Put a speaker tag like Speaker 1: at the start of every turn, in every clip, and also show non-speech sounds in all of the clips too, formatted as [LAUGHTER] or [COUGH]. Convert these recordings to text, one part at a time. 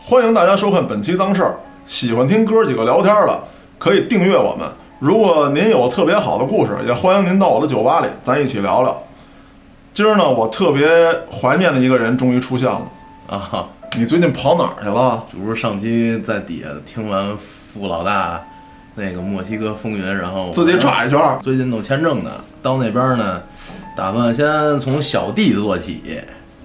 Speaker 1: 欢迎大家收看本期脏事儿。喜欢听哥几个聊天儿的，可以订阅我们。如果您有特别好的故事，也欢迎您到我的酒吧里，咱一起聊聊。今儿呢，我特别怀念的一个人终于出现了。
Speaker 2: 啊，
Speaker 1: 你最近跑哪儿去了？
Speaker 2: 这不是上期在底下听完付老大那个墨西哥风云，然后
Speaker 1: 自己转一圈儿。
Speaker 2: 最近弄签证呢，到那边呢，打算先从小弟做起，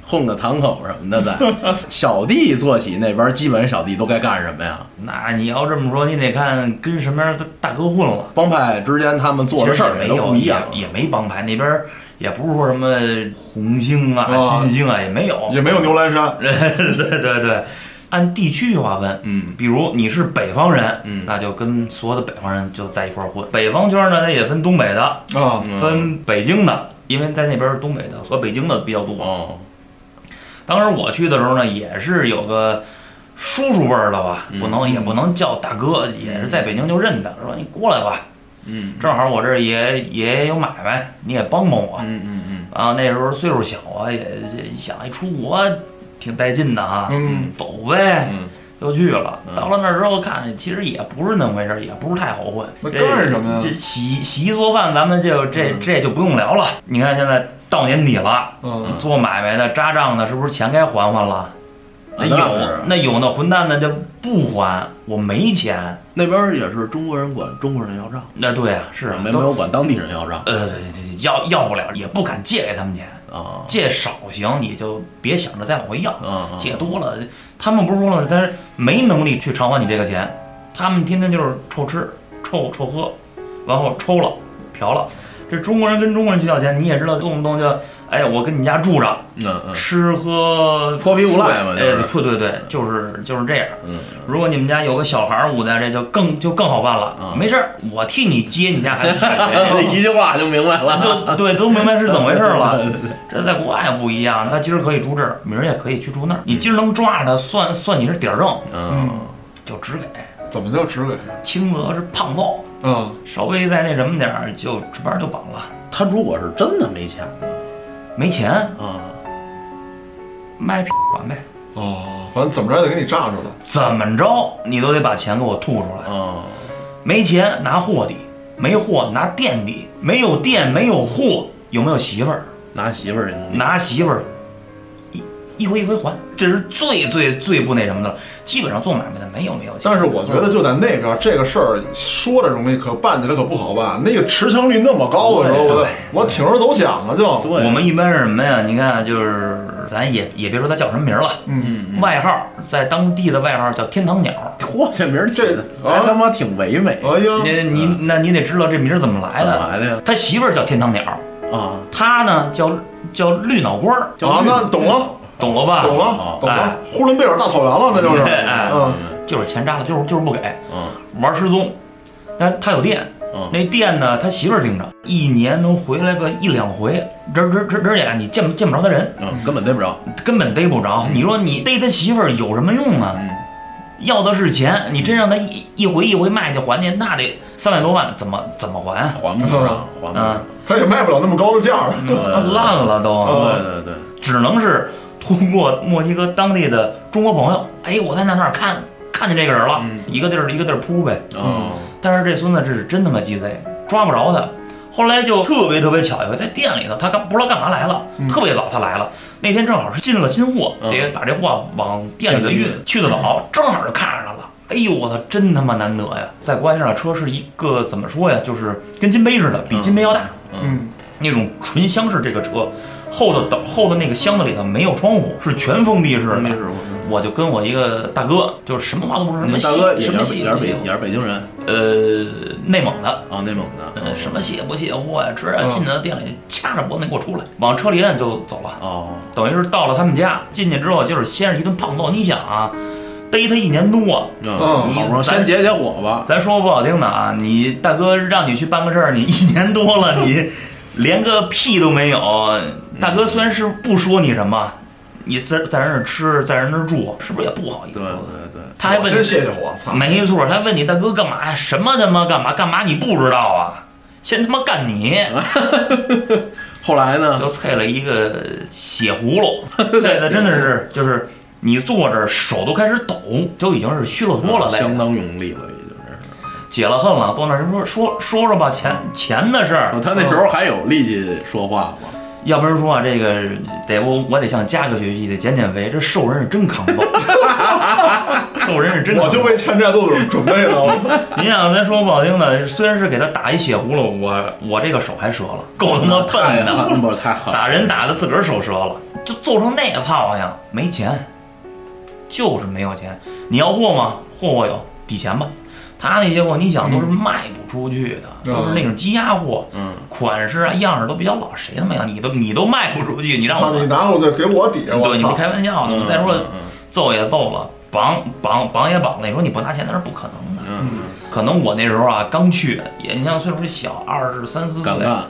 Speaker 2: 混个堂口什么的再小弟做起，那边基本小弟都该干什么呀？
Speaker 3: 那你要这么说，你得看跟什么样的大哥混了。
Speaker 2: 帮派之间他们做的事儿
Speaker 3: 其实也没
Speaker 2: 都
Speaker 3: 有，
Speaker 2: 不一样，
Speaker 3: 也也没帮派那边儿也不是说什么红星啊、
Speaker 1: 啊
Speaker 2: 哦
Speaker 3: 新星啊，也没有，
Speaker 1: 也没有牛栏山，
Speaker 3: [LAUGHS] 对对对，按地区划分。
Speaker 2: 嗯，
Speaker 3: 比如你是北方人，
Speaker 2: 嗯
Speaker 3: 那就跟所有的北方人就在一块儿混。北方圈呢，它也分东北的，
Speaker 1: 啊，
Speaker 2: 嗯
Speaker 3: 分北京的，因为在那边儿东北的和北京的比较多。
Speaker 2: 哦，
Speaker 3: 当时我去的时候呢，也是有个叔叔辈儿的
Speaker 1: 嗯
Speaker 3: 吧，不能也不能叫大哥，也是在北京就认的，说你过来吧，
Speaker 2: 嗯
Speaker 3: 正好我这爷爷有买卖，你也帮帮我。
Speaker 2: 嗯嗯嗯，
Speaker 3: 啊，那时候岁数小啊，也也想一出国挺带劲的啊，
Speaker 1: 嗯，
Speaker 3: 走呗，
Speaker 2: 嗯
Speaker 3: 就去了
Speaker 2: 嗯。
Speaker 3: 到了那儿之后看，其实也不是那么回事儿，也不是太好混。
Speaker 1: 那
Speaker 3: 这
Speaker 1: 干什么呀
Speaker 3: 这洗洗衣做饭，咱们这这这就不用聊了。你看现在到年底了，
Speaker 1: 嗯，
Speaker 3: 做买卖的、扎账的，是不是钱该还还了？那
Speaker 2: 那当然
Speaker 3: 有
Speaker 2: 啊
Speaker 3: 那有那混蛋的就不还，我没钱。
Speaker 2: 那边也是中国人管中国人要账，
Speaker 3: 那对啊，是啊
Speaker 2: 没没
Speaker 3: 都
Speaker 2: 有管当地人要账
Speaker 3: 呃，对对对要要不了，也不敢借给他们钱，
Speaker 2: 啊
Speaker 3: 借少行，你就别想着再往回要。
Speaker 2: 啊啊，
Speaker 3: 借多了，他们不是说了，但是没能力去偿还你这个钱，他们天天就是臭吃、臭臭喝，然后抽了、嫖了。这中国人跟中国人去要钱，你也知道，动不动就哎，我跟你家住着，
Speaker 2: 嗯嗯
Speaker 3: 吃喝
Speaker 2: 泼皮无赖嘛就是
Speaker 3: 哎，对对对，就是就是这样。
Speaker 2: 嗯
Speaker 3: 如果你们家有个小孩儿捂在这，就更就更好办了
Speaker 2: 啊。
Speaker 3: 没事儿，我替你接你
Speaker 2: [LAUGHS]
Speaker 3: 家孩子上学。
Speaker 2: 这一句话就明白了，
Speaker 3: 都对，都明白是怎么回事了。这在国外不一样，他今儿可以住这儿，明儿也可以去住那儿。你今儿能抓着他，算算你是点儿正，
Speaker 2: 嗯
Speaker 3: 就只给。
Speaker 1: 怎么叫直给？
Speaker 3: 轻则是胖揍，
Speaker 1: 嗯，
Speaker 3: 稍微再那什么点儿就直班就绑了。
Speaker 2: 他如果是真的没钱
Speaker 3: 没钱
Speaker 2: 啊，
Speaker 3: 卖屁还呗，
Speaker 1: 哦，反正怎么着也得给你炸出来。
Speaker 3: 怎么着你都得把钱给我吐出来。
Speaker 2: 啊，
Speaker 3: 没钱拿货抵，没货拿店抵，没有店没有货，有没有媳妇儿？
Speaker 2: 拿媳妇儿这能力，
Speaker 3: 拿媳妇儿，一一回一回还，这是最最最不那什么的了。基本上做买卖的没有没有钱。
Speaker 1: 但是我觉得就在那边，这个事儿说着容易，可办起来可不好办。那个持枪率那么高的时候，
Speaker 3: 对
Speaker 1: 我
Speaker 3: 对
Speaker 1: 我铤而走险了就。
Speaker 2: 对，
Speaker 3: 我们一般是什么呀？你看，就是咱也也别说他叫什么名儿了，
Speaker 1: 嗯，
Speaker 2: 嗯，嗯
Speaker 3: 外号在当地的外号叫天堂鸟。
Speaker 2: 嚯，这名儿起的
Speaker 1: 这啊
Speaker 2: 还他妈挺唯美，
Speaker 1: 哎呀，
Speaker 3: 你你那你得知道这名儿怎么来
Speaker 2: 怎么
Speaker 3: 的。
Speaker 2: 来的呀？
Speaker 3: 他媳妇儿叫天堂鸟，
Speaker 2: 啊，
Speaker 3: 他呢叫叫绿脑瓜儿，
Speaker 2: 叫
Speaker 1: 啊，
Speaker 2: 绿
Speaker 1: 那懂了，
Speaker 3: 懂了吧？
Speaker 1: 懂了
Speaker 2: 啊，
Speaker 1: 懂了
Speaker 3: 哎，
Speaker 1: 呼伦贝尔大草原了，那就是。
Speaker 3: 哎
Speaker 1: 嗯，
Speaker 3: 就是钱扎了，就是就是不给，
Speaker 2: 嗯
Speaker 3: 玩失踪。但他有店，
Speaker 2: 嗯，
Speaker 3: 那店呢他媳妇儿盯着，一年能回来个一两回。这这这这也你见不见不着他人，
Speaker 2: 嗯，根本逮不着，
Speaker 3: 根本逮不着。
Speaker 2: 嗯
Speaker 3: 你说你逮他媳妇儿有什么用啊？
Speaker 2: 嗯，
Speaker 3: 要的是钱，你真让他一一回一回卖去还去，那得三百多万，怎么怎么还啊？
Speaker 2: 还不上，还不上，
Speaker 1: 他也卖不了那么高的价儿。
Speaker 2: 对对
Speaker 3: 烂了都。
Speaker 2: 嗯对对对，
Speaker 3: 只能是通过墨西哥当地的中国朋友，哎，我在那那儿看看见这个人了，
Speaker 2: 嗯
Speaker 3: 一个地儿一个地儿扑呗。
Speaker 2: 哦，
Speaker 3: 但是这孙子这是真他妈鸡贼，抓不着他。后来就特别特别巧一回，在店里头，他刚不知道干嘛来了，
Speaker 1: 嗯
Speaker 3: 特别早他来了。那天正好是进了新货，
Speaker 2: 嗯
Speaker 3: 得把这货往店里头
Speaker 2: 店
Speaker 3: 运
Speaker 2: 里运，
Speaker 3: 去
Speaker 2: [LAUGHS]
Speaker 3: 的早，正好就看上他了。哎呦，我操，真他妈难得呀！在国外那辆车是一个怎么说呀，就是跟金杯似的，比金杯要大。
Speaker 1: 嗯，
Speaker 3: 那种纯厢式这个车，后头的后头那个箱子里头没有窗户，是全封闭式
Speaker 2: 没
Speaker 3: 的。
Speaker 2: 事，
Speaker 3: 我就跟我一个大哥，就是什么话都不说，什么
Speaker 2: 那
Speaker 3: 戏
Speaker 2: 大哥也
Speaker 3: 什么
Speaker 2: 是
Speaker 3: 戏
Speaker 2: 也
Speaker 3: 不
Speaker 2: 是北
Speaker 3: 戏，
Speaker 2: 也是北京人
Speaker 3: 呃，内蒙的，
Speaker 2: 啊，内蒙的，
Speaker 3: 呃，什么蟹不蟹货呀，直接
Speaker 1: 嗯
Speaker 3: 进到店里，掐着脖子给我出来，往车里摁就走了。
Speaker 2: 哦，
Speaker 3: 等于是到了他们家，进去之后就是先是一顿胖揍。你想啊，逮他一年多，
Speaker 2: 嗯，好不容易先解解火吧，
Speaker 3: 咱说不好听的啊，你大哥让你去办个事儿，你一年多了，你
Speaker 1: [LAUGHS]
Speaker 3: 连个屁都没有。
Speaker 1: 嗯
Speaker 3: 大哥虽然是不说你什么，你在在人那儿吃，在人那儿住，是不是也不好意思
Speaker 2: 对？对对，
Speaker 3: 他还
Speaker 1: 我
Speaker 3: 问
Speaker 1: 真
Speaker 3: 你，
Speaker 1: 谢谢我，操！
Speaker 3: 没错，他还问你大哥干嘛呀？什么他妈干嘛干嘛？你不知道啊？先他妈干你，
Speaker 1: 嗯
Speaker 2: 后来呢？
Speaker 3: [LAUGHS] 就啐了一个血葫芦，啐的真的是就是你坐这儿手都开始抖，就已经是虚了脱了，累
Speaker 2: 相
Speaker 3: 的，
Speaker 2: 当用力了，已经是。
Speaker 3: 解了恨了，到那儿就说说说说吧，钱钱的事儿嗯
Speaker 2: 哦，。他那时候还有力气说话吗？
Speaker 3: 要不然说啊，这个得我我得向嘉哥学习，得减减肥。这瘦人是真扛
Speaker 2: [LAUGHS]
Speaker 3: 揍，瘦人是真扛揍。
Speaker 1: 我就为欠债肚子准备了。
Speaker 3: 您想，咱说不好听的，虽然是给他打一血葫芦，我我这个手还折了，够他妈
Speaker 2: 嗯太
Speaker 3: 笨的，
Speaker 2: 狠，不是太狠。
Speaker 3: 打人打的自个儿手折了，就揍成那操样，没钱，就是没有钱。你要货吗？货我有，抵钱吧。他那些货，你想都是卖不出去的，
Speaker 1: 嗯
Speaker 3: 都是那种积压货，
Speaker 2: 嗯，
Speaker 3: 款式啊样式都比较老，谁他妈要你都你都卖不出去，你让
Speaker 1: 操
Speaker 3: 我
Speaker 1: 你拿过去给我抵，我
Speaker 3: 对，你不
Speaker 1: 操！
Speaker 3: 开玩笑呢。
Speaker 2: 嗯
Speaker 3: 再说
Speaker 2: 嗯
Speaker 3: 揍也揍了，绑绑绑也绑了，你说你不拿钱那是不可能的。
Speaker 2: 嗯
Speaker 3: 可能我那时候啊刚去，也你像岁数小，二十三四
Speaker 2: 嗯，敢
Speaker 3: 岁，
Speaker 2: 干。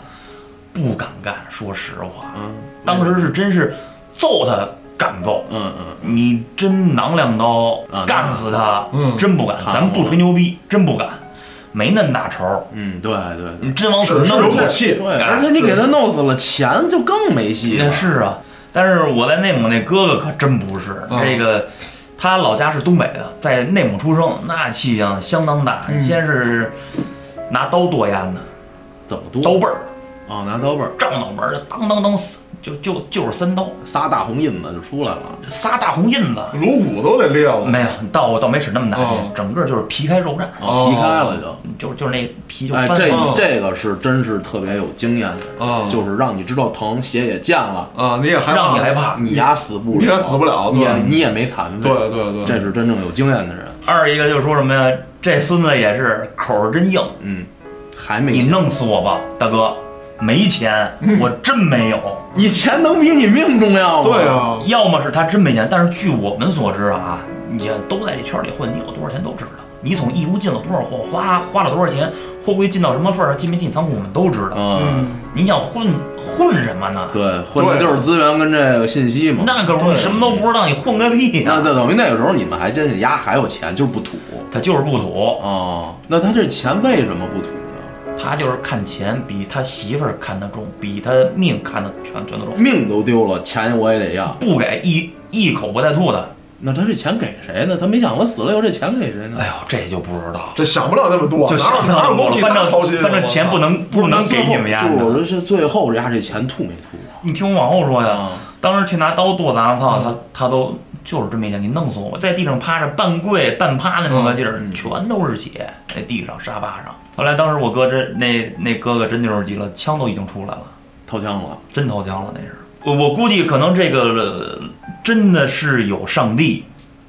Speaker 3: 不敢干。说实话，
Speaker 2: 嗯，
Speaker 3: 当时是真是揍他敢揍，
Speaker 2: 嗯嗯
Speaker 3: 你真囊两刀
Speaker 2: 啊
Speaker 3: 干死他，
Speaker 1: 嗯
Speaker 3: 真不敢。
Speaker 2: 看过
Speaker 3: 咱不吹牛逼，真不敢，没那么大仇。
Speaker 2: 嗯，对对对
Speaker 3: 你真往死
Speaker 1: 只是有
Speaker 3: 弄
Speaker 1: 口
Speaker 3: 他，
Speaker 1: 气，
Speaker 2: 对，而且你给他弄死了，钱就更没戏
Speaker 3: 那
Speaker 2: 了。
Speaker 3: 是啊。但是我在内蒙那哥哥可真不是
Speaker 1: 嗯
Speaker 3: 这个。他老家是东北的，在内蒙出生，那气性相当大。
Speaker 1: 嗯
Speaker 3: 先是拿刀剁烟的，
Speaker 2: 怎么多？
Speaker 3: 刀背儿，
Speaker 2: 哦，拿刀背儿
Speaker 3: 照脑门儿，当当当，就就就是三刀，
Speaker 2: 撒大红印子就出来了。
Speaker 3: 仨大红印子。
Speaker 1: 颅骨都得裂了。
Speaker 3: 没有，倒倒没使那么大劲，
Speaker 1: 哦
Speaker 3: 整个就是皮开肉绽，
Speaker 2: 哦，劈开了就。
Speaker 3: 就就是那皮就
Speaker 2: 哎
Speaker 3: 翻，
Speaker 2: 这
Speaker 3: 了。哦
Speaker 1: 了
Speaker 2: 这个是真是特别有经验的，
Speaker 1: 啊
Speaker 2: 就是让你知道疼，血也溅了，
Speaker 1: 啊，你也害怕，
Speaker 3: 让你害怕
Speaker 2: 你呀死不了，
Speaker 1: 你也死不了对
Speaker 2: 你也你也没残废，
Speaker 1: 对对对，
Speaker 2: 这是真正有经验的人，
Speaker 3: 二一个就是说什么呀？这孙子也是口儿真硬，
Speaker 2: 嗯，还没
Speaker 3: 你
Speaker 2: 钱嗯
Speaker 3: 弄死我吧，大哥，没钱，我真没有。
Speaker 2: 你钱能比你命重要吗？
Speaker 1: 对，啊，
Speaker 3: 要么是他真没钱，但是据我们所知啊，也都在这圈里混，你有多少钱都知道。你从义乌进了多少货，花花了多少钱，货柜进到什么份儿，进没进仓库，我们都知道。
Speaker 2: 嗯，
Speaker 1: 嗯，
Speaker 3: 你想混混什么呢？
Speaker 2: 对，混
Speaker 3: 啊
Speaker 1: 对
Speaker 2: 的就是资源跟这个信息嘛。
Speaker 3: 那哥们儿你什么都不知道，你混个屁呀、
Speaker 2: 那那等于那个时候你们还坚信丫还有钱，就是不吐
Speaker 3: 他就是不土，
Speaker 2: 哦。那他这钱为什么不吐呢？
Speaker 3: 他就是看钱比他媳妇儿看得重，比他命看得全全得重，
Speaker 2: 命都丢了，钱我也得要。
Speaker 3: 不给一一口不带吐的。
Speaker 2: 那他这钱给谁呢？他没想过死了以后这钱给谁呢
Speaker 3: 哎？呦，这就不知道，
Speaker 1: 这想不了那么多，
Speaker 3: 就
Speaker 1: 哪有
Speaker 3: 想
Speaker 1: 哪
Speaker 3: 到
Speaker 1: 有
Speaker 3: 我
Speaker 1: 狗屁
Speaker 3: 反
Speaker 1: 他操心
Speaker 3: 正
Speaker 1: 啊，
Speaker 3: 反正钱不能不能给你们
Speaker 2: 最
Speaker 3: 家
Speaker 2: 后
Speaker 3: 的。
Speaker 2: 就是我说是最后人家这钱吐没吐啊？
Speaker 3: 你听我往后说呀，
Speaker 2: 啊
Speaker 3: 当时去拿刀剁咱操
Speaker 1: 嗯
Speaker 3: 他，他都就是真没钱，你弄死我！在地上趴着，半跪半趴那种个地儿，
Speaker 2: 嗯嗯
Speaker 3: 全都是血，那地上沙发上。后来当时我哥真那那哥哥真就是急了，枪都已经出来了，
Speaker 2: 掏枪了，
Speaker 3: 真掏枪了那是。我我估计可能这个呃真的是有上帝，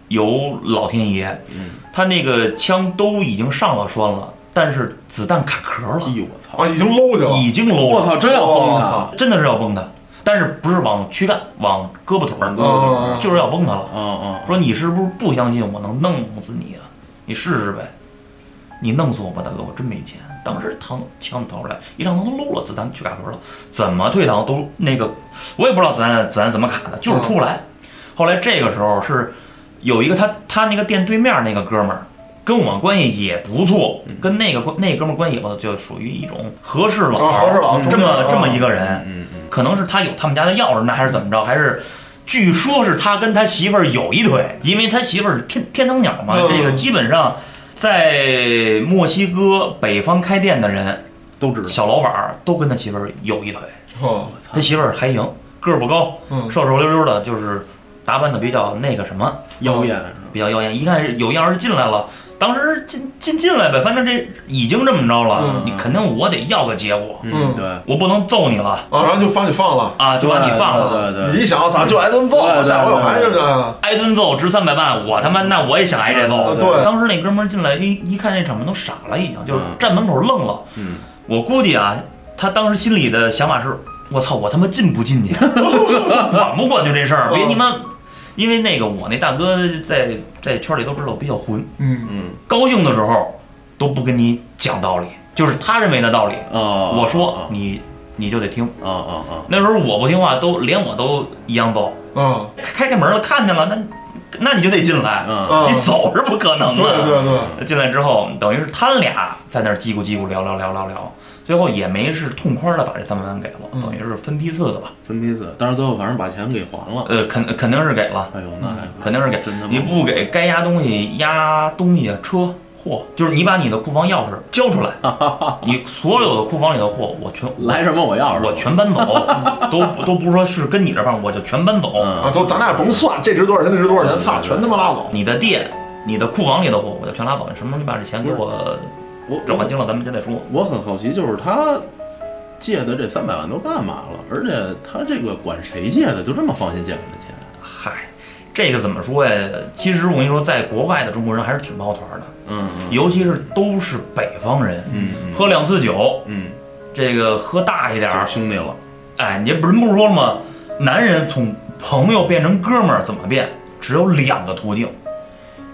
Speaker 3: 有老天爷，
Speaker 2: 嗯
Speaker 3: 他那个枪都已经上了栓了，但是子弹卡壳了
Speaker 2: 哎，呦我操！
Speaker 1: 啊，已经搂去了，
Speaker 3: 已经 low
Speaker 2: 我
Speaker 3: 了，
Speaker 2: 操，真要崩他！
Speaker 3: 真的是要崩他，但是不是往躯干，往胳膊腿儿
Speaker 2: 往胳膊腿儿
Speaker 1: 嗯嗯嗯
Speaker 3: 就是要崩他了。
Speaker 2: 啊啊！
Speaker 3: 说你是不是不相信我能弄死你啊？你试试呗，你弄死我吧，大哥，我真没钱。当时疼，枪掏出来，一上膛都漏了，子弹去卡壳了，怎么退膛都那个，我也不知道子弹子弹怎么卡的，就是出不来。后来这个时候是有一个他他那个店对面那个哥们儿。跟我关系也不错，跟那个关那哥们儿关系也不错，就属于一种和事佬，
Speaker 1: 啊和事佬
Speaker 3: 这
Speaker 1: 中间
Speaker 3: 么
Speaker 1: 啊
Speaker 3: 这么一个人，
Speaker 2: 嗯嗯
Speaker 3: 可能是他有他们家的钥匙，那还是怎么着？还是据说是他跟他媳妇儿有一腿，因为他媳妇儿是天天堂鸟嘛，
Speaker 1: 嗯
Speaker 3: 这个基本上在墨西哥北方开店的人，
Speaker 2: 都知道。
Speaker 3: 小老板儿都跟他媳妇儿有一腿。
Speaker 1: 哦，
Speaker 2: 我操
Speaker 3: 他！媳妇儿还行，个儿不高，
Speaker 1: 嗯，
Speaker 3: 瘦瘦溜溜的，就是打扮的比较那个什么，
Speaker 2: 妖艳
Speaker 3: 比较耀眼。一看是有样儿进来了，当时进进进来呗，反正这已经这么着了
Speaker 1: 嗯，
Speaker 3: 你肯定我得要个结果，
Speaker 2: 嗯
Speaker 1: 嗯
Speaker 2: 对，
Speaker 3: 我不能揍你了
Speaker 1: 啊，然后就把你放了，啊
Speaker 3: 啊，就把你放了。
Speaker 2: 对对对。
Speaker 1: 你一想，操，就挨顿揍，
Speaker 2: 对对
Speaker 1: 下回我还是这样，
Speaker 3: 挨顿揍值三百万，我他
Speaker 2: 嗯
Speaker 3: 妈那我也想挨这揍。
Speaker 1: 对
Speaker 3: 当时那哥们儿进来一一看，这场面都傻了，已经就是
Speaker 2: 嗯
Speaker 3: 站门口愣了。
Speaker 2: 嗯，
Speaker 3: 我估计啊，他当时心里的想法是：我操，我他妈进不进去，啊 [LAUGHS] 管不管就这事儿，别
Speaker 1: 嗯
Speaker 3: 你妈。因为那个我那大哥在在圈里都知道我比较混，
Speaker 1: 嗯，
Speaker 2: 嗯
Speaker 3: 高兴的时候都不跟你讲道理，就是他认为的道理，
Speaker 2: 哦，
Speaker 3: 我说
Speaker 2: 哦
Speaker 3: 你你就得听。
Speaker 2: 哦哦哦，
Speaker 3: 那时候我不听话，都连我都一样揍。
Speaker 1: 啊，
Speaker 3: 开开这门了，看见了，那那你就得进来，
Speaker 2: 嗯
Speaker 1: 啊
Speaker 3: 你走是不可能
Speaker 1: 对
Speaker 3: 的。
Speaker 1: 对对，
Speaker 3: 进来之后，等于是他俩在那儿叽咕叽咕聊聊聊聊聊，最后也没是痛快的把这三百万给了，
Speaker 1: 嗯
Speaker 3: 等于是分批次的吧。
Speaker 2: 分批次，但是最后反正把钱给还了。
Speaker 3: 呃，肯肯定是给了，
Speaker 2: 哎呦，那还
Speaker 3: 肯定是给
Speaker 2: 真他妈
Speaker 3: 你不给该押东西押东西啊，车货，就是你把你的库房钥匙交出来，你所有的库房里的货我全
Speaker 2: 来什么我要什么，
Speaker 3: 我全搬走，都不都不是说是跟你这办，我就全搬走。
Speaker 2: 嗯
Speaker 1: 啊，都咱俩甭算这值多少钱，那值多少钱，
Speaker 2: 对对
Speaker 1: 操，
Speaker 2: 对
Speaker 1: 全他妈拉走。
Speaker 3: 你的店、你的库房里的货我就全拉走，你什么时候你把这钱给我
Speaker 2: 我
Speaker 3: 这还清了，咱们先再说。
Speaker 2: 我很好奇，就是他借的这三百万都干嘛了？而且他这个管谁借的，就这么放心借给他钱？
Speaker 3: 嗨，这个怎么说呀？其实我跟你说，在国外的中国人还是挺抱团的，
Speaker 2: 嗯嗯
Speaker 3: 尤其是都是北方人，
Speaker 2: 嗯嗯
Speaker 3: 喝两次酒，
Speaker 2: 嗯，
Speaker 3: 这个喝大一点
Speaker 2: 就
Speaker 3: 儿
Speaker 2: 是，兄弟了，
Speaker 3: 哎，你不人不是说了吗？男人从朋友变成哥们儿怎么变？只有两个途径，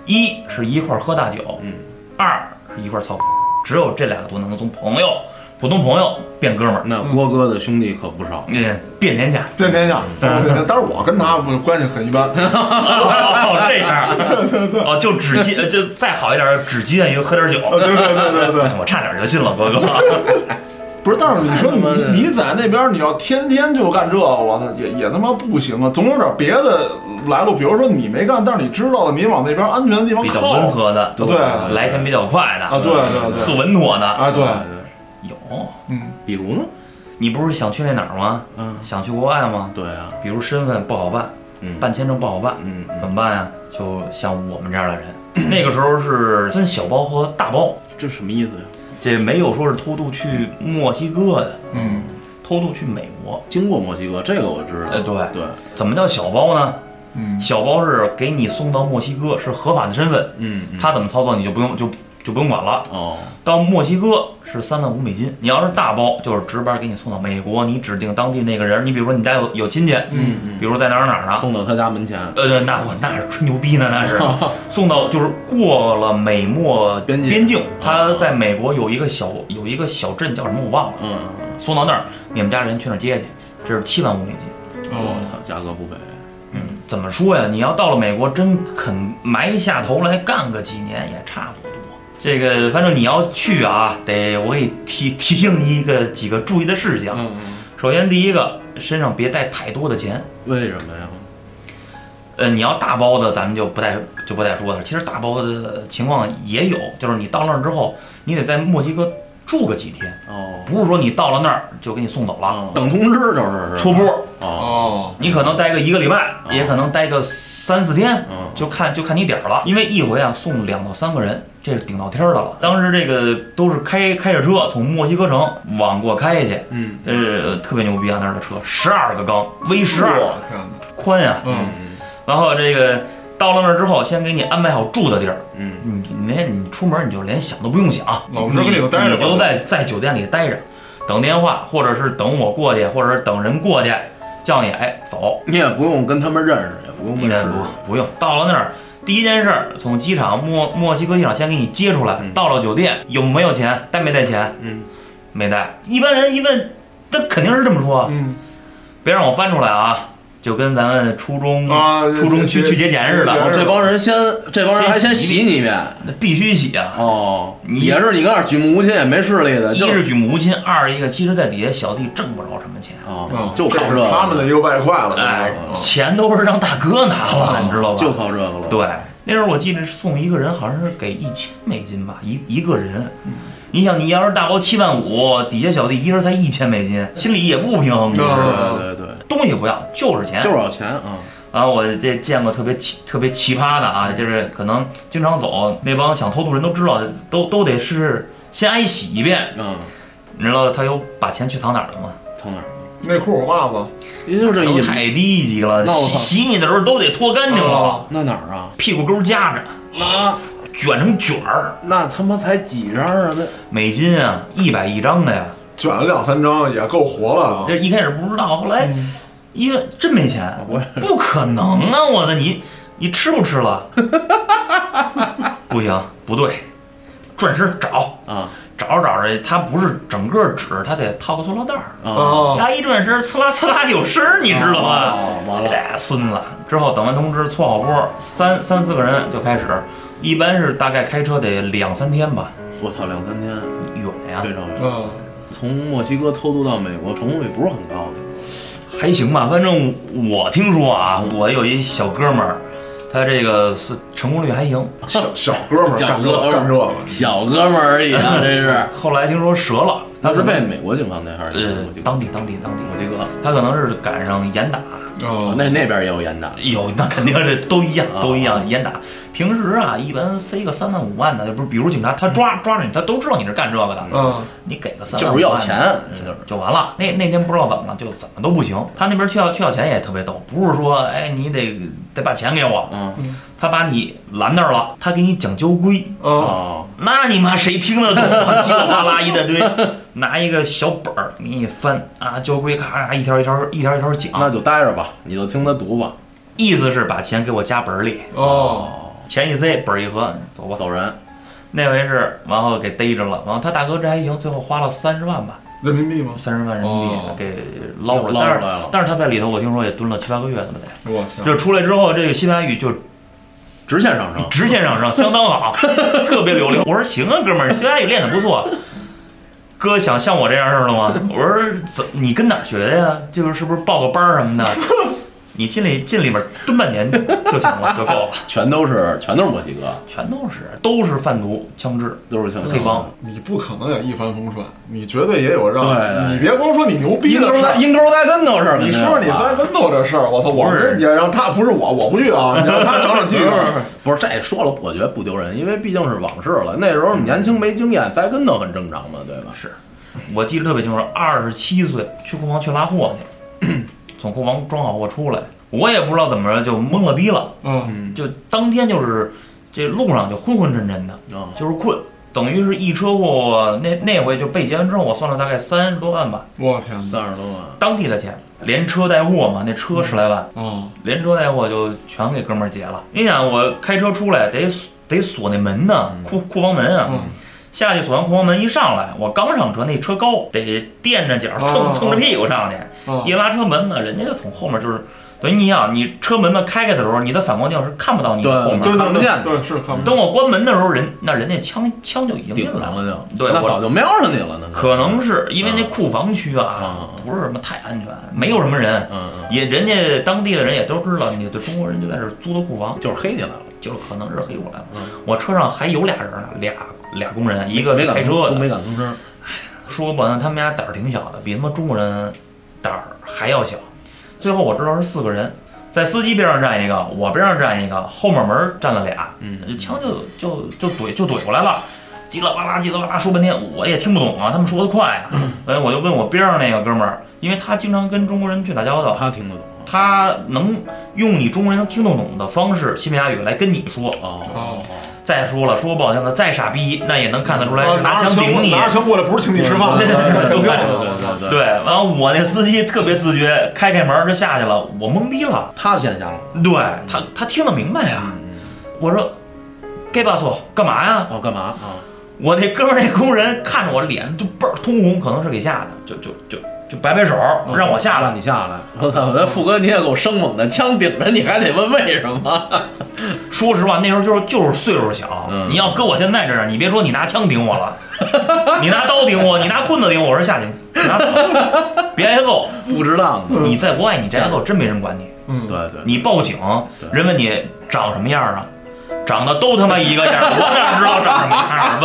Speaker 3: 一是一块儿喝大酒，
Speaker 2: 嗯，
Speaker 3: 二是一块儿操，只有这两个途径能从朋友、普通朋友变哥们儿，
Speaker 2: 那郭哥的兄弟可不少。
Speaker 3: 嗯，遍天下。
Speaker 1: 遍天下，对
Speaker 3: 嗯
Speaker 1: 对对，但是我跟他不关系很一般，
Speaker 3: [LAUGHS] 哦，这样，哦，就只限，呃就再好一点儿，只局限于喝点酒。
Speaker 1: 对对对对对，
Speaker 3: 我差点就信了，哥哥。
Speaker 1: [LAUGHS] 不是，但是你
Speaker 3: [LAUGHS]
Speaker 1: 说
Speaker 2: 太他妈的
Speaker 1: 你你在那边你要天天就干这，我操，也也他妈不行啊，总有点别的来路，比如说你没干，但是你知道了，你往那边安全的地方
Speaker 3: 比较
Speaker 1: 靠
Speaker 3: 温和的，
Speaker 1: 对
Speaker 3: 来钱比较快的，
Speaker 1: 哦啊，对对对，
Speaker 3: 速稳妥的，
Speaker 1: 啊对，
Speaker 3: 有。
Speaker 1: 嗯，
Speaker 2: 比如呢？
Speaker 3: 你不是想去那哪儿吗？
Speaker 2: 啊，
Speaker 3: 想去国外吗？
Speaker 2: 对啊，
Speaker 3: 比如身份不好办，
Speaker 2: 嗯
Speaker 3: 办签证不好办，
Speaker 2: 嗯嗯，
Speaker 3: 怎么办呀？就像我们这样的人， [COUGHS] 那个时候是分小包和大包，
Speaker 2: 这什么意思呀？
Speaker 3: 这没有说是偷渡去墨西哥的，
Speaker 1: 嗯，
Speaker 3: 偷渡去美国。
Speaker 2: 经过墨西哥，这个我知道。
Speaker 3: 哎对
Speaker 2: 对，
Speaker 3: 怎么叫小包呢？
Speaker 1: 嗯，
Speaker 3: 小包是给你送到墨西哥，是合法的身份，
Speaker 2: 嗯，嗯
Speaker 3: 他怎么操作你就不用就就不用管了。
Speaker 2: 哦，
Speaker 3: 到墨西哥是三万五美金，你要是大包就是直班给你送到美国，你指定当地那个人，你比如说你家有有亲戚，
Speaker 1: 嗯
Speaker 2: 嗯
Speaker 3: 比如说在哪儿哪儿呢？
Speaker 2: 送到他家门前，
Speaker 3: 呃，那我那是吹牛逼呢，那是送到就是过了美墨
Speaker 2: 边境
Speaker 3: 边境，他
Speaker 2: 啊
Speaker 3: 在美国有一个小有一个小镇叫什么我忘了，
Speaker 2: 嗯，
Speaker 3: 送到那儿，你们家人去那儿接去，这是七万五美金。
Speaker 1: 哦
Speaker 2: 我操，价格不菲。
Speaker 3: 嗯，怎么说呀？你要到了美国，真肯埋下头来干个几年也差不多。这个反正你要去啊，得我给你提 [LAUGHS] 提醒你一个几个注意的事项。
Speaker 2: 嗯嗯，
Speaker 3: 首先，第一个，身上别带太多的钱。
Speaker 2: 为什么呀？
Speaker 3: 呃，你要大包的，咱们就不带就不带说了。其实大包的情况也有，就是你到那儿之后，你得在墨西哥住个几天，
Speaker 2: 哦，嗯
Speaker 3: 不是说你到了那儿就给你送走了。
Speaker 2: 等通知就是
Speaker 3: 搓波，
Speaker 2: 哦，
Speaker 1: 哦，
Speaker 3: 你可能待个一个礼拜，也可能待个三四天，
Speaker 2: 嗯，
Speaker 3: 就看就看你点儿了，因为一回啊送两到三个人，这是顶到天儿的了。当时这个都是开开着车从墨西哥城往过开去，
Speaker 2: 嗯
Speaker 3: 呃，特别牛逼啊那儿的车，十二个缸，V 十二
Speaker 1: 我天哪，
Speaker 3: 宽呀、
Speaker 1: 嗯，
Speaker 3: 然后这个到了那儿之后，先给你安排好住的地儿，
Speaker 2: 嗯
Speaker 3: 你你连你出门你就连想都不用想，
Speaker 1: 老实跟里头待着吧
Speaker 3: 你就在在酒店里待着，等电话，或者是等我过去，或者是等人过去叫你，哎，走，
Speaker 2: 你也不用跟他们认识，也不用
Speaker 3: 应
Speaker 2: 认
Speaker 3: 该
Speaker 2: 识
Speaker 3: 不，不用。到了那儿，第一件事儿，从机场墨墨西哥机场先给你接出来。
Speaker 2: 嗯
Speaker 3: 到了酒店，有没有钱？带没带钱？
Speaker 2: 嗯，
Speaker 3: 没带。一般人一问，他肯定是这么说，
Speaker 1: 嗯
Speaker 3: 别让我翻出来啊！就跟咱们初中、
Speaker 1: 啊，
Speaker 3: 初中去去节前似
Speaker 1: 去
Speaker 3: 的，
Speaker 1: 节
Speaker 2: 哦，这帮人先，这帮人还先洗你一遍。
Speaker 3: 那必须洗啊！
Speaker 2: 哦，
Speaker 3: 你
Speaker 2: 也是你跟那儿举目无亲，也没势力的，
Speaker 3: 一
Speaker 2: 就是
Speaker 3: 举母亲，二一个其实在底下小弟挣不着什么钱，
Speaker 2: 哦
Speaker 1: 嗯，，
Speaker 2: 就靠
Speaker 1: 这
Speaker 2: 这
Speaker 1: 是
Speaker 2: 个，
Speaker 1: 他们的一个外快了，
Speaker 3: 哎
Speaker 1: 这，是
Speaker 3: 钱都是让大哥拿了，
Speaker 2: 哦
Speaker 3: 你知道吧？
Speaker 2: 就靠这个了。
Speaker 3: 对，那时候我记得是送一个人好像是给一千美金吧，一一个人。
Speaker 2: 嗯
Speaker 3: 你想，你要是大包七万五，底下小弟一人才一千美金，心里也不平衡，你知道吗？
Speaker 2: 对对对，
Speaker 3: 东西不要，就是钱。
Speaker 2: 嗯就是要钱啊。
Speaker 3: 然后我这见过特别奇特别奇葩的啊，就是可能经常走那帮想偷渡人都知道，都都得是先挨洗一遍。
Speaker 2: 嗯，
Speaker 3: 你知道他有把钱去藏哪儿了吗？
Speaker 2: 从哪儿？
Speaker 1: 内裤袜子，
Speaker 2: 您就这
Speaker 3: 都
Speaker 2: 一
Speaker 3: 太低级了，
Speaker 2: 那我
Speaker 3: 洗
Speaker 2: 靠
Speaker 3: 洗你的时候都得脱干净了，
Speaker 2: 那哪儿啊？
Speaker 3: 屁股沟夹着，
Speaker 2: 那
Speaker 3: 卷成卷儿。
Speaker 2: 那他妈才几张啊？那
Speaker 3: 美金啊，一百一张的呀。
Speaker 1: 卷了两三张也够活了啊，
Speaker 3: 这一开始不知道，后来一个真没钱，
Speaker 2: 啊我
Speaker 3: 不可能啊！我的你，你吃不吃了？ [LAUGHS] 不行，不对，转身找
Speaker 2: 啊
Speaker 3: 找着找着，它不是整个纸，它得套个塑料袋儿。
Speaker 2: 啊，
Speaker 1: 哦，
Speaker 3: 他一转身，刺啦刺啦有声儿，你知道吗？
Speaker 2: 哦完了
Speaker 3: 这孙子之后等完通知，搓好锅，三三四个人就开始，一般是大概开车得两三天吧，
Speaker 2: 我操，两三天
Speaker 3: 远呀、
Speaker 2: 非常远。
Speaker 1: 嗯，
Speaker 2: 从墨西哥偷渡到美国，成功率不是很高的。
Speaker 3: 还行吧。反正我听说啊，
Speaker 2: 嗯
Speaker 3: 我有一小哥们儿，他这个是成功率还行，
Speaker 1: 小小哥们儿
Speaker 2: 小
Speaker 1: 干这
Speaker 2: 哥们儿
Speaker 1: 干这个，
Speaker 2: 小哥们儿而已 [LAUGHS] 啊，这是。
Speaker 3: 后来听说折了，
Speaker 2: 他
Speaker 3: 他
Speaker 2: 是
Speaker 3: 准
Speaker 2: 被
Speaker 3: 备
Speaker 2: 美国警方逮还是
Speaker 3: 呃
Speaker 2: 墨西哥？
Speaker 3: 当地当地当地，
Speaker 2: 墨西哥，
Speaker 3: 他可能是赶上严打，
Speaker 1: 哦，
Speaker 2: 那那边也有严打。
Speaker 3: 有，那肯定是 [LAUGHS] 都一样，
Speaker 2: 啊
Speaker 3: 都一样严打。平时啊，一般塞个三万五万的，不是，比如警察他抓抓着你，他都知道你是干这个的，
Speaker 1: 嗯，
Speaker 3: 你给个三
Speaker 2: 嗯
Speaker 3: 万
Speaker 2: 就
Speaker 3: 五
Speaker 2: 是
Speaker 3: 万
Speaker 2: 要钱，就是
Speaker 3: 就完了。那那天不知道怎么了，就怎么都不行。他那边去要去要钱也特别逗，不是说哎你得得把钱给我，
Speaker 2: 嗯
Speaker 3: 他把你拦那儿了，他给你讲交规，
Speaker 1: 嗯，
Speaker 2: 哦，
Speaker 3: 那你妈谁听得懂啊？叽里呱啦一大堆，拿一个小本儿给你翻啊，交规咔咔一条一条一条一条
Speaker 2: 那
Speaker 3: 讲，
Speaker 2: 就待着吧，你就听他读吧。
Speaker 3: 意思是把钱给我加本儿里，
Speaker 1: 哦，
Speaker 2: 哦，
Speaker 3: 钱一塞，本儿一合，走吧。
Speaker 2: 走人。
Speaker 3: 那回是，然后给逮着了，然后他大哥这还行，最后花了三十万吧，
Speaker 1: 人民币吗？
Speaker 3: 三十万人民币
Speaker 1: 哦
Speaker 3: 给捞回
Speaker 2: 捞
Speaker 3: 来。
Speaker 2: 回
Speaker 3: 但是
Speaker 2: 来了
Speaker 3: 但是他在里头，我听说也蹲了七八个月了得。
Speaker 1: 我操，
Speaker 3: 就出来之后，这个西班牙语就
Speaker 2: 直线上升。
Speaker 3: 直线上升，相当好，特别流利。我说行啊，哥们儿，西班牙语练得不错。哥想像我这样似的吗？我说怎你跟哪儿学的呀？就是是不是报个班儿什么的？你进里进里边蹲半年就行了，就够了。
Speaker 2: 全都是全都是墨西哥，
Speaker 3: 全都是都是贩毒、枪支，
Speaker 2: 都是全
Speaker 3: 黑帮。
Speaker 1: 你不可能也一帆风顺，你绝对也有让
Speaker 2: 对对，
Speaker 1: 你别光说你牛逼
Speaker 2: 阴
Speaker 1: 的
Speaker 2: 沟
Speaker 1: 事
Speaker 2: 带
Speaker 1: 儿。
Speaker 2: 阴沟带跟头是吧？
Speaker 1: 你说说你翻跟头这事儿，我操！我
Speaker 3: 不是
Speaker 1: 这也让他不是我，我不去啊！你让他长长记
Speaker 2: 不
Speaker 1: 性
Speaker 2: 是。
Speaker 3: 啊
Speaker 2: 不是不是，这说了我觉得不丢人，因为毕竟是往事了。那时
Speaker 3: 嗯
Speaker 2: 候年轻没经验，栽跟头很正常嘛，对吧？
Speaker 3: 是，我记得特别清楚，二十七岁去库房去拉货去，从库房装好货出来，我也不知道怎么着就懵了逼了，
Speaker 1: 嗯，
Speaker 2: 嗯
Speaker 3: 就当天就是这路上就昏昏沉沉的，
Speaker 2: 啊，
Speaker 3: 就是困，等于是一车货那那回就被劫完之后，我算了大概三十多万吧，
Speaker 1: 我天哪！
Speaker 2: 三十多万，
Speaker 3: 当地的钱，连车带货嘛，那车十来万，
Speaker 1: 哦，
Speaker 3: 连车带货就全给哥们儿劫了。你想我开车出来得锁得锁那门呢，库库房门啊。
Speaker 1: 嗯，
Speaker 3: 下去锁完库房门一上来，我刚上车，那车高，得垫着脚蹭
Speaker 1: 哦
Speaker 3: 蹭着屁股上去。
Speaker 1: 哦
Speaker 3: 一拉车门呢，人家就从后面就是，等于你想，你车门呢开开的时候，你的反光镜是看不到你的后
Speaker 1: 对
Speaker 3: 面。
Speaker 1: 对
Speaker 2: 看不见
Speaker 1: 对，对是看不见。
Speaker 3: 等我关门的时候，人那人家枪枪就已经进
Speaker 2: 顶
Speaker 3: 来
Speaker 2: 上
Speaker 3: 了。
Speaker 2: 了就，
Speaker 3: 对
Speaker 2: 那
Speaker 3: 我
Speaker 2: 早就瞄上你了，那
Speaker 3: 可能是因为那
Speaker 2: 嗯
Speaker 3: 库房区啊
Speaker 2: 嗯，嗯
Speaker 3: 不是什么太安全，没有什么人，
Speaker 2: 嗯嗯，
Speaker 3: 也人家当地的人也都知道，你的中国人就在这儿租的库房，
Speaker 2: 就是黑起来了，
Speaker 3: 就是可能是黑过来了
Speaker 2: 嗯。
Speaker 3: 我车上还有俩人呢，俩俩工人，一个
Speaker 2: 没
Speaker 3: 是
Speaker 2: 敢
Speaker 3: 开
Speaker 2: 吭
Speaker 3: 车
Speaker 2: 都
Speaker 3: 的，
Speaker 2: 没敢吭声，
Speaker 3: 说白了，他们家胆儿挺小的，比他妈中国人胆儿还要小。最后我知道是四个人，在司机边上站一个，我边上站一个，后面门儿站了俩，
Speaker 2: 嗯，
Speaker 3: 枪就就就怼就怼过来了，叽里呱啦叽里呱啦说半天，我也听不懂啊，他们说的快啊，
Speaker 1: 嗯
Speaker 3: 哎，我就问我边上那个哥们儿，因为他经常跟中国人去打交道，
Speaker 2: 他听得懂啊
Speaker 3: 他能用你中国人能听得懂的方式西班牙语来跟你说。
Speaker 2: 哦哦，
Speaker 3: 再说了，说不好听的，再傻逼那也能看得出来
Speaker 1: 啊
Speaker 3: 是
Speaker 1: 拿着
Speaker 3: 枪
Speaker 1: 枪
Speaker 3: 顶你，
Speaker 1: 拿着枪过来不是请你吃饭的，
Speaker 2: 对
Speaker 3: [LAUGHS]
Speaker 2: 对对对
Speaker 1: 肯定
Speaker 2: 对对
Speaker 1: 的。
Speaker 2: 对对对，
Speaker 3: 对，完了我那司机特别自觉，开开门就下去了，我懵逼了。
Speaker 2: 他先下了，
Speaker 3: 对他，他听得明白呀。
Speaker 2: 嗯嗯
Speaker 3: 我说，gay 巴索干嘛呀？
Speaker 2: 哦干嘛啊？
Speaker 3: 我那哥们儿那工人看着我脸就倍儿通红，可能是给吓的，就就就就摆摆手
Speaker 2: 嗯
Speaker 3: 让我下
Speaker 2: 让
Speaker 3: 来。
Speaker 2: 你下来，我操！那富哥你也够生猛的，枪顶着你还得问为什么？
Speaker 3: 说实话，那时候就是就是岁数小
Speaker 2: 嗯，
Speaker 3: 你要搁我现在这样，你别说你拿枪顶我了，你拿刀顶我，你拿棍子顶我，我说下去，你拿走，别挨揍。
Speaker 2: 不值当啊的，
Speaker 1: 嗯
Speaker 3: 你在国外你这挨揍真没人管你。
Speaker 1: 嗯，
Speaker 2: 对对，
Speaker 3: 你报警
Speaker 2: 对，
Speaker 3: 人问你长什么样啊？长得都他妈一个样儿，我哪知道长什么样儿？啊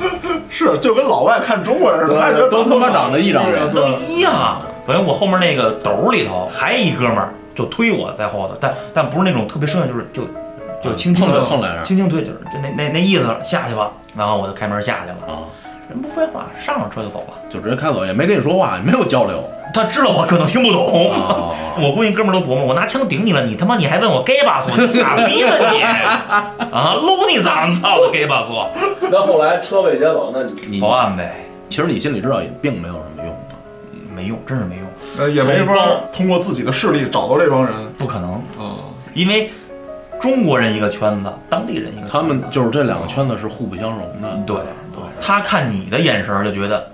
Speaker 3: 问
Speaker 1: 是就跟老外看中国人似的，
Speaker 2: 对
Speaker 1: 他也觉得
Speaker 2: 都他妈长得一张
Speaker 1: 对
Speaker 2: 脸
Speaker 3: 我
Speaker 1: 对
Speaker 3: 都一样。反正我后面那个兜里头还一哥们儿就推我在后头，但但不是那种特别生硬，就是就就轻轻
Speaker 2: 碰
Speaker 3: 的
Speaker 2: 了碰了一下
Speaker 3: 嗯轻轻推，就是就那那那意思，下去吧。然后我就开门下去了，
Speaker 2: 啊，
Speaker 3: 人不废话，上了车就走了。
Speaker 2: 就直接开走，也没跟你说话，也没有交流。
Speaker 3: [LAUGHS] 他知道我可能听不懂。
Speaker 2: 哦
Speaker 3: 啊我估计哥们儿都琢磨，我拿枪顶你了，你他妈你还问我 gay 吧嗦，你傻逼吧 [LAUGHS] 你啊，搂你咋子操的 gay 吧 [LAUGHS] 嗦，
Speaker 2: 那后来车被劫走，那你
Speaker 3: 报案呗。
Speaker 2: 其实你心里知道也并没有什么用。
Speaker 3: 没用，真是没用，
Speaker 1: 呃也没
Speaker 3: 从
Speaker 1: 法
Speaker 3: 高
Speaker 1: 通过自己的势力找到这帮人
Speaker 3: 不可能，
Speaker 2: 嗯
Speaker 1: 啊。
Speaker 3: 因为中国人一个圈子，当地人一个圈子
Speaker 2: 他们就是这两个圈子是互不相容的。
Speaker 3: 对对，他看你的眼神儿就觉得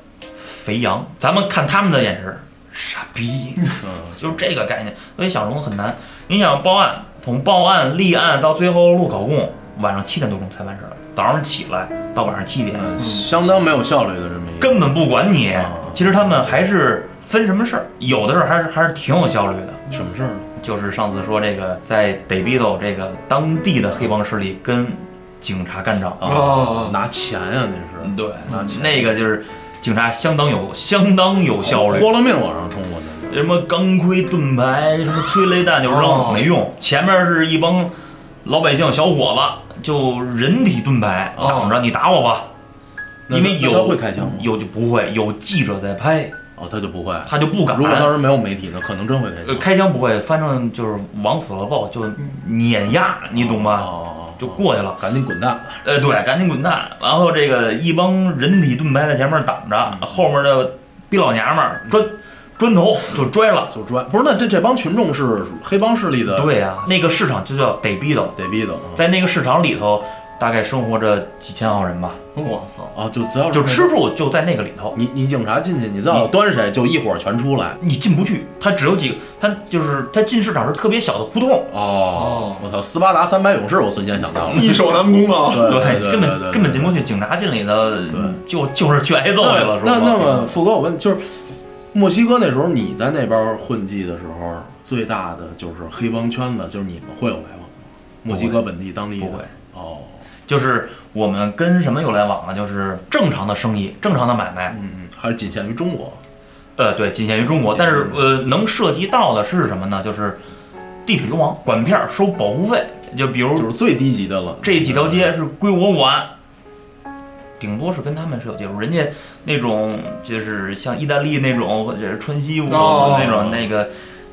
Speaker 3: 肥羊，咱们看他们的眼神儿，傻逼， [LAUGHS]
Speaker 2: 嗯，
Speaker 3: 就是这个概念。所以小荣很难，你想报案，从报案立案到最后录口供，晚上七点多钟才完事儿，早上起来到晚上七点，
Speaker 2: 嗯，相当没有效率的这么一个，
Speaker 3: 根本不管你
Speaker 2: 啊。
Speaker 3: 其实他们还是分什么事儿，有的事儿还是还是挺有效率的。
Speaker 2: 什么事儿呢？
Speaker 3: 就是上次说这个在 d e b i d o 这个当地的黑帮势力跟警察干仗，
Speaker 1: 啊
Speaker 2: 拿钱呀，那是
Speaker 3: 对，
Speaker 2: 拿钱，
Speaker 3: 那个就是警察相当有相当有效率，
Speaker 2: 豁了命往上冲我那
Speaker 3: 什么钢盔盾牌，什么催泪弹就
Speaker 1: 哦
Speaker 3: 扔，没用。前面是一帮老百姓小伙子，就人体盾牌
Speaker 1: 哦
Speaker 3: 挡着，你打我吧。
Speaker 2: 那
Speaker 3: 因为
Speaker 2: 那他
Speaker 3: 有
Speaker 2: 会开枪吗
Speaker 3: 有就不会，有记者在拍，
Speaker 2: 哦，他就不会。
Speaker 3: 他就不敢
Speaker 2: 如。果当时没有媒体呢，可能真会开
Speaker 3: 呃
Speaker 2: 枪。
Speaker 3: 开枪不会，反正就是往死了爆，就碾压，你懂
Speaker 2: 哦
Speaker 3: 吧？
Speaker 2: 哦，哦
Speaker 3: 就过去了。
Speaker 2: 赶紧滚蛋！
Speaker 3: 呃，对，赶紧滚蛋！然后这个一帮人体盾牌在前面挡着，
Speaker 2: 嗯
Speaker 3: 后面的逼老娘们儿砖砖头
Speaker 2: 嗯
Speaker 3: 就拽了。
Speaker 2: 就拽，不是那这这帮群众是黑帮势力的，
Speaker 3: 对呀、那个市场就叫得逼斗，
Speaker 2: 得逼的啊
Speaker 3: 在那个市场里头，大概生活着几千号人吧，
Speaker 1: 嗯我操！
Speaker 2: 啊，就只要是
Speaker 3: 就吃住就在那个里头，
Speaker 2: 你你警察进去，你知道端谁，就一伙儿全出来。
Speaker 3: 你进不去。它只有几个，它就是它进市场是特别小的胡同，
Speaker 2: 哦，我操，斯巴达三百勇士，我瞬间想到了。
Speaker 1: 易守难攻啊！
Speaker 2: 对对对，
Speaker 3: 根
Speaker 2: 对对
Speaker 3: 本根本进不去，警察进里头
Speaker 2: 对
Speaker 3: 就就是去挨揍去了，是
Speaker 2: 那
Speaker 3: 吧？
Speaker 2: 那么，富哥，我问，就是墨西哥那时候你在那边混迹的时候，最大的就是黑帮圈子，就是你们会有来往吗？墨西哥本地当地的
Speaker 3: 不会
Speaker 2: 哦，
Speaker 3: 就是我们跟什么有来往呢？就是正常的生意，正常的买卖，
Speaker 2: 嗯嗯，还是仅限于中国
Speaker 3: 呃，对，仅限于中国。但是
Speaker 2: 嗯
Speaker 3: 呃，能涉及到的是什么呢？就是地痞流氓管片儿收保护费，就比如
Speaker 2: 就是最低级的了。
Speaker 3: 这几条街是归我管，顶多是跟他们是有接触。人家那种就是像意大利那种，或者是穿西服
Speaker 1: 哦
Speaker 3: 那种那个，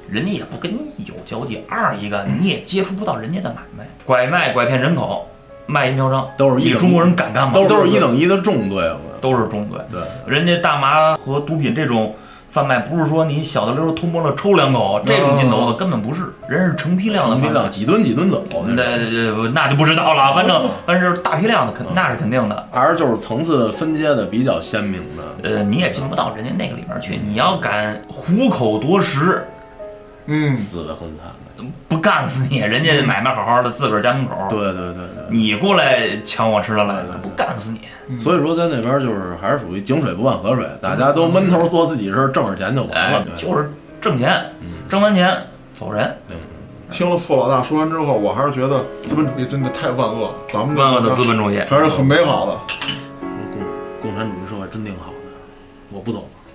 Speaker 3: 人家也不跟你有交集。二一个你也接触不到人家的买卖，拐卖、拐骗人口、卖淫嫖娼，
Speaker 2: 都是一
Speaker 3: 你
Speaker 2: 等
Speaker 3: 中国人敢干吗？
Speaker 2: 都是一等一的重罪，我
Speaker 3: 都是中国人。
Speaker 2: 对，
Speaker 3: 人家大麻和毒品这种贩卖，不是说你小的溜儿偷摸了抽两口这种劲头的，根本不是，人是成批量的
Speaker 2: 嗯成
Speaker 3: 贩
Speaker 2: 批
Speaker 3: 卖。嗯
Speaker 2: 量几吨几吨走，
Speaker 3: 那那那就不知道了，反
Speaker 2: 嗯
Speaker 3: 正反正就是大批量的，肯那是肯定的。
Speaker 2: 还是就是层次分阶的比较鲜明的。
Speaker 3: 呃，你也进不到人家那个里边
Speaker 2: 嗯
Speaker 3: 去。你要敢虎口夺食，
Speaker 1: 嗯，
Speaker 2: 死的很惨的，
Speaker 3: 不干死你，人家买卖好好的，自个儿家门口，
Speaker 2: 对对对对，
Speaker 3: 你过来抢我吃的来
Speaker 2: 对
Speaker 3: 了，
Speaker 2: 对
Speaker 3: 不干死你。
Speaker 2: 所以说在那边就是还是属于井水不犯河水，大家都闷头做自己事儿，挣着钱就完
Speaker 3: 哎
Speaker 2: 了。，对
Speaker 3: 就是挣钱，
Speaker 2: 嗯
Speaker 3: 挣完钱走人。
Speaker 1: 听了傅老大说完之后，我还是觉得资本主义真的太万恶了，咱们
Speaker 3: 万恶的资本主义，
Speaker 1: 还是很美好的。
Speaker 2: 共共产主义社会真挺好的，我不走了。